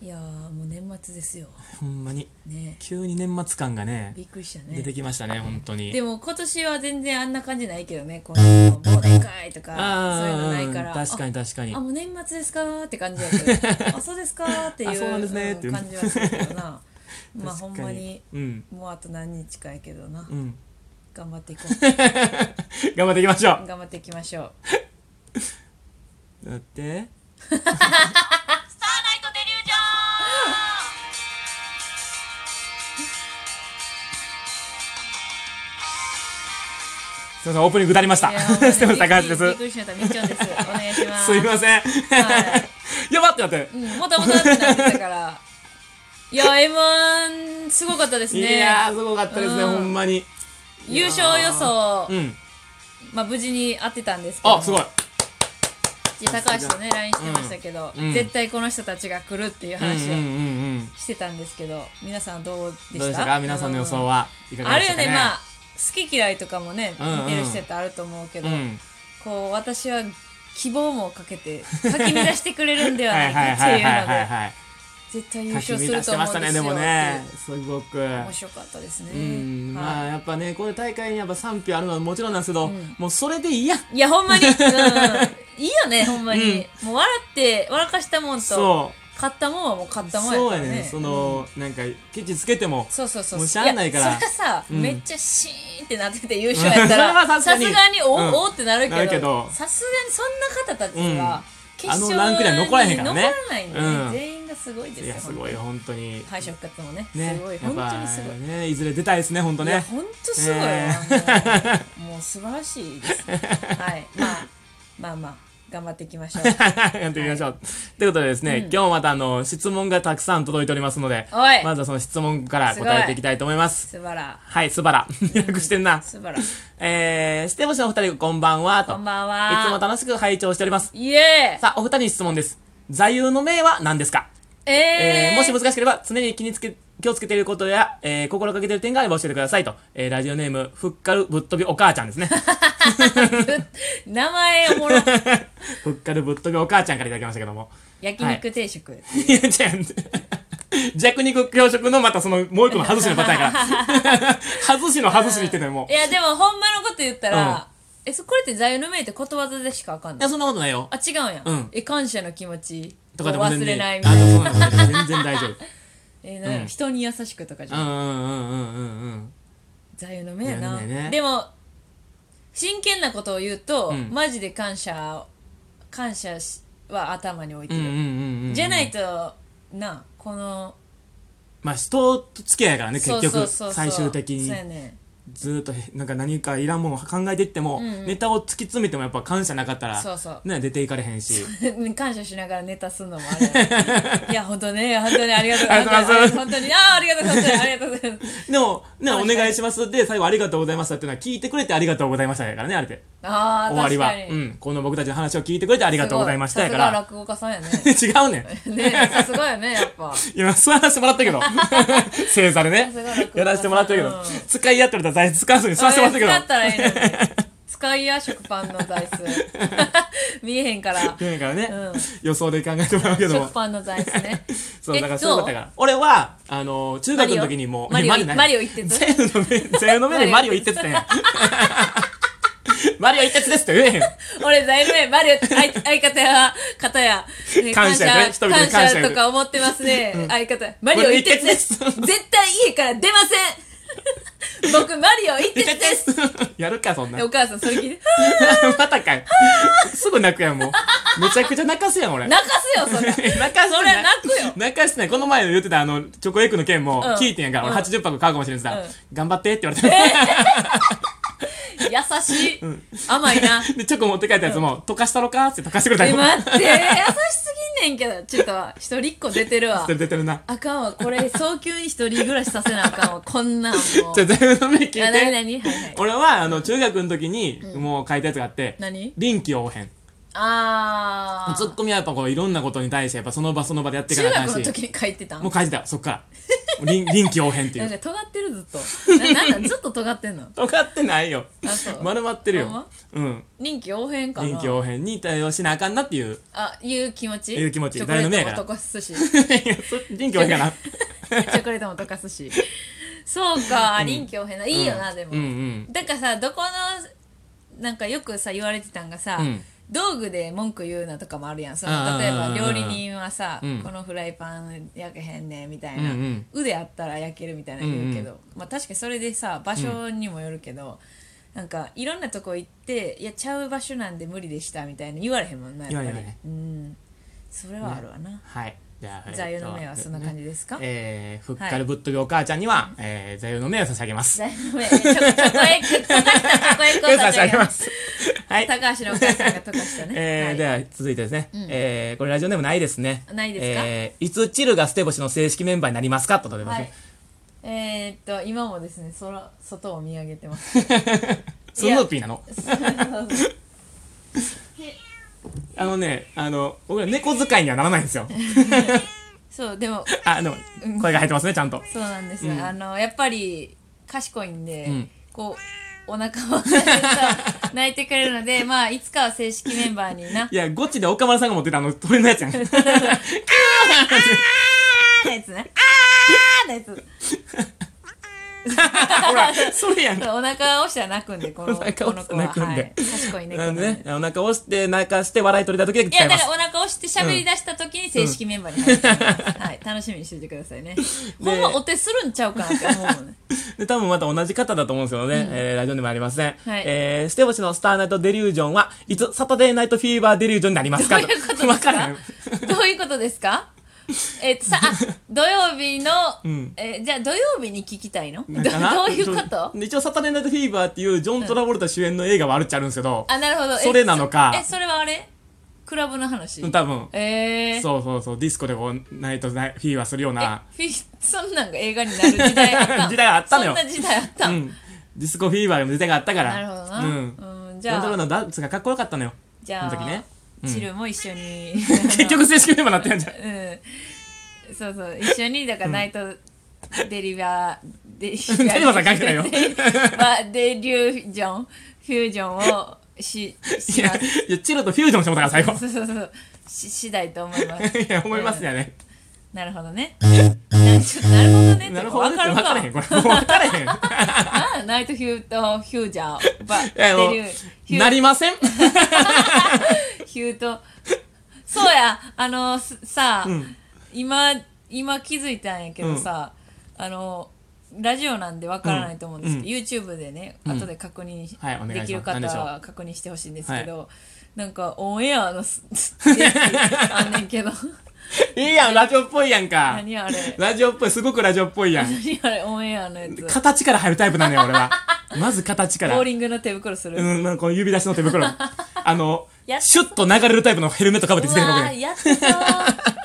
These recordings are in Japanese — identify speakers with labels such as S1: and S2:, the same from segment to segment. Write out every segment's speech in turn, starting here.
S1: いやーもう年末ですよ
S2: ほんまに
S1: ね
S2: 急に年末感がね
S1: びっくりしたね
S2: 出てきましたね本当に
S1: でも今年は全然あんな感じないけどねこの忘年会とかそういうの
S2: あ
S1: な
S2: あ
S1: いから
S2: 確かに確か
S1: あ
S2: に
S1: あもう年末ですかーって感じやけ どあそうですかーっていう
S2: あそうなんですねーっていうん
S1: 感じはするけ どなまあ
S2: 確
S1: ほん
S2: か
S1: まに
S2: うん
S1: もうあと何日かやけどな
S2: うん
S1: 頑張っていこ う
S2: 頑張っていきましょ
S1: 頑張っていきましょう
S2: うだって
S3: スターナイトデリュージョン
S2: すいませんオープニング下りました
S1: いやほんまに
S2: すいません高橋です
S1: びっくりしましたみっちょんですお願いします
S2: すいませ
S1: は
S2: ん
S1: い
S2: やばってなって
S1: うん、もたもたってなってた から。いや、M1、すごかったです
S2: い
S1: ね。
S2: やーすごかったですね
S1: うん
S2: ほんまに
S1: 優勝予想、
S2: うん
S1: まあ、無事に当てたんですけども。
S2: あすごい
S1: で高橋とね、LINE してましたけど、
S2: うんうん
S1: 絶対この人たちが来るっていう
S2: うんうん
S1: 話
S2: う
S1: を
S2: んうん
S1: してたんですけど、皆さんどうでした
S2: どうでしたか皆さんの予想、はい
S1: うん
S2: か
S1: あ
S2: が
S1: る
S2: でし
S1: よ
S2: たか
S1: ね、
S2: ね
S1: まあ、好き嫌いとかもね、
S2: うんうん
S1: 見てる人ってあると思うけど、
S2: うん
S1: こう、私は希望もかけて、 かき乱してくれるんでは
S2: は
S1: ないい
S2: は
S1: か
S2: い
S1: って
S2: はいいうはい
S1: の
S2: はい
S1: で、
S2: はい
S1: 絶対優
S2: 書き
S1: 勝する
S2: 乱し
S1: と
S2: て
S1: 思
S2: ま
S1: うん
S2: した
S1: で
S2: ね
S1: す
S2: で
S1: よっ
S2: も
S1: て
S2: ね
S1: いう。
S2: すごく
S1: 面白かったですね。
S2: うんまあ
S1: は
S2: やっぱねこういう大会にやっぱ賛否あるのはもちろんなんですけど、
S1: ん
S2: もうそれでいいや
S1: い、いやほんま に、うん、いいよねほんまに、もう笑って笑かしたもんと
S2: そ
S1: 買ったもんはもう買っ
S2: う
S1: たもんや
S2: そう
S1: か
S2: や
S1: らね
S2: ねその、なんかケチつけても
S1: そうそうそう
S2: もうしゃあないから
S1: やそれがさ、
S2: うん
S1: めっちゃシーンってなってて優勝やったら
S2: それは
S1: さ
S2: さ
S1: す
S2: すがに
S1: がにお、
S2: うん
S1: おーってなる
S2: な
S1: け
S2: るけ
S1: ど
S2: ど
S1: さすがにそんな方たちは、
S2: あ
S1: 決
S2: の
S1: 勝
S2: ランクには残らへんからね
S1: に残らないんでね、
S2: うん
S1: 全員がすごいですよ
S2: いやすごいよ本当に
S1: 敗者復活もね
S2: ね
S1: すごい
S2: やっ
S1: 本
S2: ぱ
S1: 当にすごい
S2: ねいずれ出たいですね本当
S1: いや
S2: ね
S1: ほんとすごいわ、
S2: ね
S1: もうもう素晴らしいです、ね、はいまあまあまあ頑張っていきま しょう
S2: やっていきましょうということでですね、今日またあの質問がたくさん届いておりますので
S1: おい
S2: まずはその質問から答えていきたいと思います
S1: 素晴ら
S2: はいすばら略してんな
S1: 素晴ら
S2: えー、してぼしのお二人こんばんはと
S1: こんばん
S2: いつ
S1: は
S2: も楽しく拝聴しております
S1: イエ
S2: さあ、お二人に質問です。座右の銘は何ですか、
S1: ーイえ
S2: え
S1: ー、
S2: ーもし難しければ常に気につけ、気をつけていることや、えー心がけている点があれば教えてくださいと。えーラジオネーム、ふっかるぶっ飛びお母ちゃんです ね。
S1: 名前おもろ
S2: ふっかるぶっ飛びお母ちゃんからいただきましたけども。
S1: 焼肉定食、
S2: いや、違うんで弱肉強食のまたその、もう一個の外しのパターンや から。外しの外しに言ってたよ、もう。
S1: い、
S2: い
S1: やでもほんまのこと言ったら、えそこれって座右の銘ってことわざでしかあかんな
S2: や、
S1: い
S2: そんなことないよ
S1: あ。違うんや、
S2: うん
S1: え感謝の気持ち
S2: とかでも全
S1: 忘れ
S2: 然。
S1: ないみ
S2: あ、
S1: たいな
S2: そうなんだ全然大丈夫。
S1: えなんや
S2: うん
S1: 人に優しくとかじゃ
S2: う
S1: なんい、
S2: うんうんうんうんうん。
S1: 座右の銘やな
S2: 座右の銘ね
S1: でも真剣なことを言うと、
S2: うん
S1: マジで感謝感謝しは頭に置いて
S2: うん
S1: る、
S2: うんうんうん。
S1: じゃない。となこの
S2: まあ、人と付き合いやからね、
S1: そ
S2: 結
S1: うそう
S2: 局、
S1: そう
S2: 最終的に
S1: そう。やね
S2: ずーっとへなんか何かいらんものを考えていっても、
S1: うんうん
S2: ネタを突き詰めてもやっぱ感謝なかったら
S1: そうそう
S2: ね、出ていかれへんし
S1: 感謝しながらネタすんのもあれやね いや本当ね本当にありがとう
S2: ありがとうございます
S1: 本当にあーありがとう本当にありがとうございます
S2: でも、ね、
S1: 確か
S2: お
S1: に
S2: 願いしますで最後「ありがとうございました」っていうのは聞いてくれて「ありがとうございました」やからねあれで
S1: ああ
S2: 終わりは
S1: 確、か
S2: う
S1: に、
S2: ん、この僕たちの話を聞いてくれて「あ
S1: あ
S2: りがとうございました」や
S1: さ
S2: か
S1: すが
S2: ら
S1: 落語家さんやね
S2: 違うねん
S1: ねさすがやねやっぱ
S2: 今座らせてもら ったけど正座でね
S1: さすが落語家さん
S2: やらせてもらったけど、
S1: うん
S2: 使い合ってるとは材質使わずに座らせてもらったけど
S1: あれ使ったらええのに使いや食パンの座椅子 見えへんから
S2: だからね、
S1: うん
S2: 予想で考えてもらうけども
S1: 食パンの座椅子ね
S2: そう
S1: え
S2: だから
S1: ど
S2: そういうことだから俺はあの中学の時にもう
S1: マリオ
S2: ねない
S1: マリオ一徹
S2: 全部の目全部の目でマリオ一徹だよ マリオ一徹ですって言えへん
S1: 俺座右の銘マリオ相相方や方や、ね
S2: 感謝ね人々に感謝
S1: 感とか思ってますね、相方マリオ一徹です
S2: マリオ一徹
S1: 絶対家から出ません僕マリオ一徹です
S2: やるかそんな
S1: でお母さんそれ聞いて
S2: またかよすぐ泣くやんもうめちゃくちゃ泣かすやん俺
S1: 泣かすよそれ
S2: 泣かす
S1: それは泣くよ
S2: 泣かしてないこの前言ってたあのチョコエッグの件も
S1: うん
S2: 聞いてんやから、
S1: うん
S2: 俺80箱買うかもしれんってさ、
S1: うん
S2: 頑張ってって言われて、
S1: 優しい、甘い な
S2: でチョコ持って帰ったやつも、溶かしたろかって溶かしてくれた
S1: え
S2: よ
S1: 待って優しすぎんねんけどちょっと一人っ子出てるわ
S2: それ出てるな
S1: あかんわこれ早急に一人暮らしさせなあかんわこ んなんもう
S2: じゃあ全部の目聞いて
S1: あ何何はいはい
S2: 俺はあの中学の時にもう書いたやつがあって、
S1: 何
S2: 臨機応変
S1: ああ
S2: ツッコミはやっぱこういろんなことに対してやっぱその場その場でやっていか
S1: 中
S2: なあかん
S1: 学の
S2: し
S1: 時に書いてたん
S2: もう書いてたそっから臨 臨機応変ってい
S1: なん
S2: う
S1: か尖ってるずっとななんなんずっと尖ってん の
S2: 尖ってないよ
S1: あそう
S2: 丸まってる
S1: ほんま
S2: ようん
S1: 臨機応変かな
S2: 臨機応変に対応しなあかんなっ ていう
S1: あいう気持ち
S2: いう気持ち
S1: チョコレート
S2: 誰の目やから
S1: も溶かすしチ
S2: いやそ臨機応変かな
S1: ョコレートも溶かすしそうか
S2: ん
S1: 臨機応変ないいよなでも
S2: うんうん
S1: だからさどこのなんかよくさ言われてたんがさ、
S2: うん
S1: 道具で文句言うなとかもあるやんそ
S2: あ
S1: の
S2: ー
S1: 例え
S2: あ
S1: ば
S2: ー
S1: 料理人はさ、
S2: うん
S1: このフライパン焼けへんねみたい
S2: うん
S1: な、
S2: うん
S1: 腕あったら焼けるみたいな言うけど、まあ確かにそれでさ場所にもよるけど、なんかいろんなとこ行っていやちゃう場所なんで無理でしたみたいな言われへんもんなやっぱり
S2: 言われへ
S1: うんそれはあるわな、
S2: はいじゃあ
S1: 座右の銘はそんな感じ
S2: で
S1: ですか、
S2: えーふっかるぶっ飛びお母ちゃんには、えー座右の銘を差し上げます
S1: 座右の銘ちょ ちょこえく溶かしたちょ こえくを差
S2: 差し
S1: し
S2: 上
S1: 上
S2: げ
S1: げ
S2: ま
S1: ます
S2: はい
S1: 高橋のお母さんが溶かしたね。
S2: えー
S1: はい
S2: では続いてですね、えーこれラジオでもないですね
S1: ないですか
S2: えーいつチルがステボシの正式メンバーになりますかと届いてます、
S1: はい。えー、っと、今もですね、空、外を見上げてます。
S2: スヌーピーなの あのねあの僕ら猫使いにはならないんで すよ
S1: そう、でも、
S2: あでも声が入ってますねちゃんと
S1: そうなんですよ。あの、やっぱり、賢いんで、
S2: うん
S1: こう、お腹をそう 泣いてくれるので、まあ、いつかは正式メンバーにな、
S2: いやゴチで岡村さんが持ってたあの鳥のやつ やん
S1: あーのやつね。あーのやつ。
S2: ほらそれやん
S1: そうお腹を押したら泣くんで、この
S2: お腹を
S1: この子は。
S2: 押したら泣くん
S1: は
S2: で
S1: い。賢い猫
S2: な
S1: なん
S2: ん
S1: で。
S2: でねお腹押して泣かして笑い取れた時だけ
S1: い
S2: 使
S1: や、
S2: い
S1: だ
S2: ま
S1: からお
S2: す
S1: 腹押して喋り出した時に正式メンバーに入ってます、はい、楽しみにしててくださいね。ほんまお手するんちゃうかなって思うもんね。
S2: で多分また同じ方だと思うんですけどね、えーラジオでもありません、
S1: はい
S2: えー、ステボシのスターナイトデリュージョンはいつサタデーナイトフィーバーデリュージョンになりますか
S1: どういうことですか
S2: わから ん
S1: どういうことですかえさあ、土曜日の、えじゃあ土曜日に聞きたいのど
S2: なんかな
S1: どういうこと
S2: で一応サタデーナイトフィーバーっていうジョン・トラボルタ主演の映画はあるっちゃあるんですけど、
S1: あ、なるほど。え
S2: それなのか
S1: え、それはあれクラブの話
S2: 多分、
S1: えー。
S2: そうそうそうディスコでこうナイトナイフィーバーするよう
S1: え
S2: な、
S1: フィそんなんが映画になる時代あったん
S2: 時代あったのよ
S1: そんな時代あった、
S2: うんん、ディスコフィーバーの時代があったから
S1: なるほどな。
S2: うん
S1: うん、
S2: ジ
S1: じ
S2: ョ
S1: ゃ
S2: ン・トラボルタ
S1: あ、
S2: のダンスがかっこよかったのよ
S1: じゃあ、
S2: その時ね
S1: チルも一緒に。
S2: 結局正式メンバーになってるんじゃん
S1: うん、そうそう一緒にだからナイトデリバー、デリバ
S2: デリバーさん関係 ないよ
S1: バデリュージョンフュージョンをし
S2: い
S1: しま
S2: や
S1: す
S2: いやチルとフュージョンしてもらったから最後
S1: そうそうそうし次第と思い ます
S2: いや思いますよね、
S1: なるほどねなちょっとなるほどね
S2: なるほどね
S1: 分
S2: って
S1: かるか
S2: 分からへんこれもう分からへん
S1: あナイトフューとフュージャーバデ
S2: いやもう
S1: リューフュ
S2: な
S1: ー
S2: りま せん
S1: ヒューとそうやあのすさあ、
S2: ん
S1: 今今気づいたんやけどさ、あのラジオなんでわからないと思うんですけど、
S2: う
S1: YouTube でね、後で確認し、
S2: はいお願
S1: で
S2: いします
S1: きる方
S2: 何でしょ
S1: は確認してほしいんですけど、なんかオンエアのす あんねんけど
S2: いいやんラジオっぽいやんか
S1: 何あれ
S2: ラジオっぽいすごくラジオっぽいやん
S1: 何あれオンエアのやつ
S2: 形から入るタイプなのよ 俺はまず形か
S1: ボ
S2: ら
S1: ーリングの手袋する、う
S2: うんなんかこの指出しの手袋あの
S1: やっ
S2: シュッと流れるタイプのヘルメットかぶってきてる
S1: わ
S2: 僕
S1: ー
S2: ね
S1: やってそう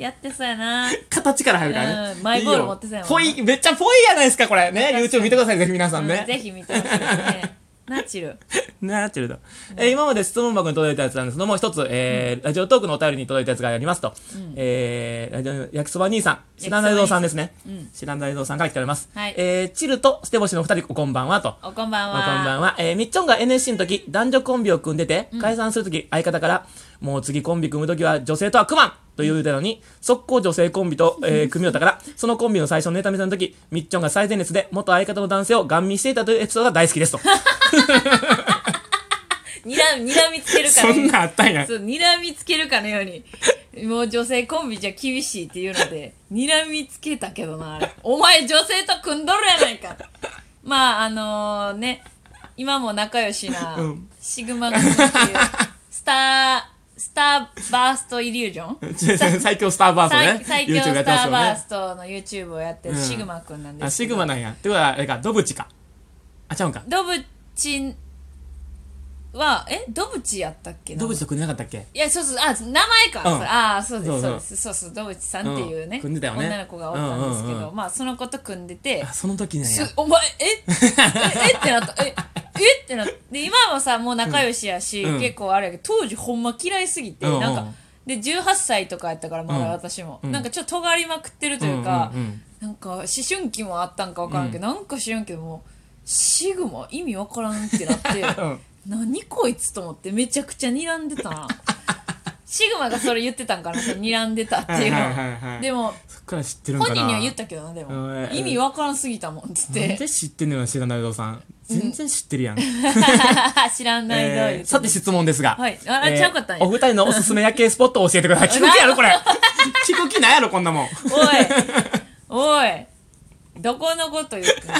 S1: やってそうや な
S2: 形から入るから
S1: う
S2: ね
S1: んマイボール持ってたよ
S2: いいぽいめっちゃぽいやないですかこれね
S1: 確かに
S2: YouTube 見てくださいぜひ皆さん
S1: うんぜ
S2: ね
S1: ひ見てほしいですねナチュル
S2: なってるとえー今まで質問箱に届いたやつなんですけどもう一つえーラジオトークのお便りに届いたやつがありますとえーラジオ焼きそば兄さん知らないぞうさんですね知らないぞうさんから聞かれます
S1: はい
S2: えーチルとステボシのお二人こんばんはと
S1: おこんばん
S2: こん
S1: は
S2: ばんは。えーみっちょんが NSC の時、男女コンビを組んでて、解散する時、相方から、もう次コンビ組む時は女性とは組まんと言うてたのに、速攻女性コンビと、え ー組みよったから、そのコンビの最初のネタ見せの時、みっちょんが最前列で元相方の男性をガン見していたというエピソードが大好きですと。
S1: にらにらみつけるから
S2: あったんや
S1: そうにらみつけるかのようにもう女性コンビじゃ厳しいっていうのでにらみつけたけどなあれお前女性と組んどるやないかまああのね今も仲良しな、
S2: うん
S1: シグマ君っていうスタースターバーストイリュージョン
S2: 最強スターバースト
S1: 最
S2: ね。
S1: 最強
S2: YouTube や
S1: スタ
S2: ってま
S1: ー
S2: すよ
S1: バー
S2: ね。
S1: ストの YouTube をやってる
S2: うん
S1: シグマ君なんですけど、
S2: あ、シグマなんや。ってことは、あれか、ドブチか。あ、ちゃうんか。
S1: ドブチはえドブチやったっけな
S2: ドブチと組んでなかったっけ
S1: いや、そうそう、あ、名前か。
S2: うん
S1: それああ、そうで
S2: そう
S1: す、そ
S2: そ
S1: ううです。そうそう、堂淵さんっていうね、
S2: うん組んでたよね
S1: 女の子がおったんですけど、
S2: うんうんうん
S1: まあ、その子と組んでて
S2: あ、、その時なんや
S1: す。お前、え ええってなった。ええってなった。で、今もさ、もう仲良しやし、
S2: うん
S1: 結構あれやけど、当時ほんま嫌いすぎて、
S2: うんうん
S1: なんか、で18歳とかやったからまだ私も、
S2: うん
S1: なんかちょっと尖りまくってるというか、
S2: うんうんうん
S1: なんか思春期もあったんか分からんけど、なんか知らんけどもうシグマ意味分からんってなって、
S2: ん
S1: 何こいつと思ってめちゃくちゃ睨んでた なシグマがそれ言ってたんかなその睨んでたっていうの
S2: はいはいはいはい
S1: でも
S2: そっから知ってるんか
S1: 本
S2: な
S1: 人には言ったけどなでも、
S2: うん
S1: 意味分からんすぎたもんっつっ
S2: 全
S1: て
S2: 然知ってんのよ知らないぞさん全然知ってる やん、
S1: 知らないぞ、
S2: え
S1: 言
S2: ー
S1: う
S2: さて質問ですが、
S1: はいああちゃうかったんや
S2: お二人のおすすめ夜景スポットを教えてくだ さい聞く気やろこれ聞く気ないやろこんなもん
S1: おい おいどこのこと言ってんの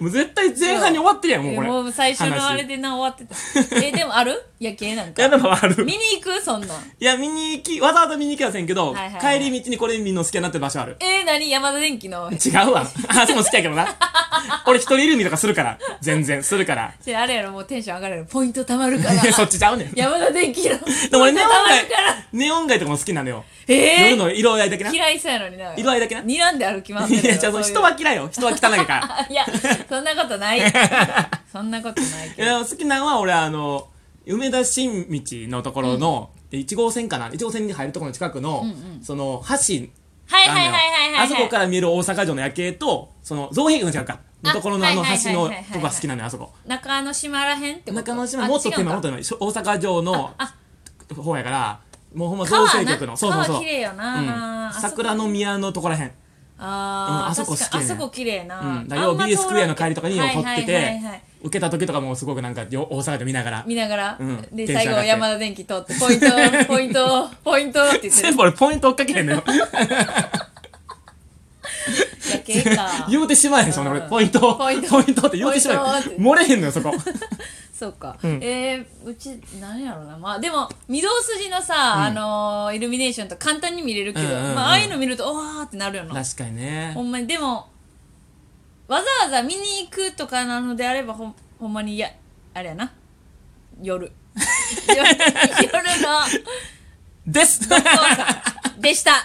S2: もう絶対前半に終わってるやんもうこれ
S1: もう最初のあれ
S2: 話
S1: でな終わってたえでもある夜景なん
S2: いや
S1: か
S2: でもある
S1: 見に行くそんなん
S2: いや見に行きわざわざ見に行きはせんけ
S1: は
S2: ど、
S1: いはいはい
S2: 帰り道にこれ見んの好きやなってる場所ある
S1: えー、何山田電機 の
S2: 違うわあそうも好きやけどな俺一人いるみとかするから全然するから
S1: それあれやろもうテンション上がるやろポイント貯まるから
S2: いや そっちちゃうねん
S1: 山田電機の
S2: でも
S1: ポイ
S2: 俺
S1: ン
S2: ネ
S1: ト
S2: オ
S1: 貯
S2: ン
S1: ま
S2: 街
S1: るから
S2: ネオン街とかも好きなのよ、
S1: え
S2: 夜の色合いだけな
S1: ー、
S2: 色
S1: 嫌いそうやのにな
S2: 合いだけな
S1: 睨んで歩きます
S2: いやじゃあその人は嫌いよ人は汚いから
S1: いやそんなこと ないそんなことない
S2: い
S1: けど
S2: や好きなのは俺あの梅田新道のところの、1号線かな1号線に入るところの近くの、その橋
S1: はい
S2: あんの
S1: はい
S2: よ
S1: はいはいはい、はい、
S2: あそこから見える大阪城の夜景とその造幣局の近くかのところの
S1: あ
S2: あの
S1: はいはい
S2: 橋
S1: はいはいはい
S2: の
S1: はい
S2: とこが好きなのよあそこ
S1: 中之島らへんってこと
S2: 中之島もっと手
S1: あ違う
S2: 前
S1: か
S2: もっと手前しょ大阪城の
S1: あ
S2: 方やからもうほんま造
S1: 川
S2: 幣
S1: な
S2: 局のそうそうそ
S1: 川
S2: う
S1: 綺、麗よ
S2: うん
S1: な、あそこ
S2: 桜の宮のとこらへん
S1: あー
S2: うんあそこ好きやね
S1: 確かにあそこ綺麗な、
S2: うん、だ
S1: あ
S2: よ
S1: んま
S2: B スクエアの帰りとかに
S1: 通らんけ
S2: 撮
S1: ど
S2: って
S1: はいはいはいは
S2: て
S1: い
S2: 受けた時とかもすごくなんかよ大阪城見ながら
S1: 見ながら、
S2: うん
S1: で
S2: テンション上
S1: 最
S2: がっ
S1: 後
S2: て
S1: 山田電機通ってポイントポイントポイントって言って
S2: 全
S1: る
S2: 部俺ポイント追っかけへんのよ
S1: 夜景か
S2: 言うてしまえへん、そんな俺。
S1: うん
S2: ポイント。
S1: ポイント
S2: って言うてしまえ
S1: ポイントっ
S2: へ
S1: て
S2: ん。漏れへんのよ、そこ。
S1: そうか、
S2: ん
S1: えー、うち何やろうなまあでも御堂筋のさ、あのーイルミネーションと簡単に見れるけど、
S2: うんうんうん
S1: まあ、ああいうの見るとおーってなるよな
S2: 確かにね
S1: ほ。んまにでもわざわざ見に行くとかなのであればほんほんまにいやあれやな 夜夜夜の
S2: です
S1: でした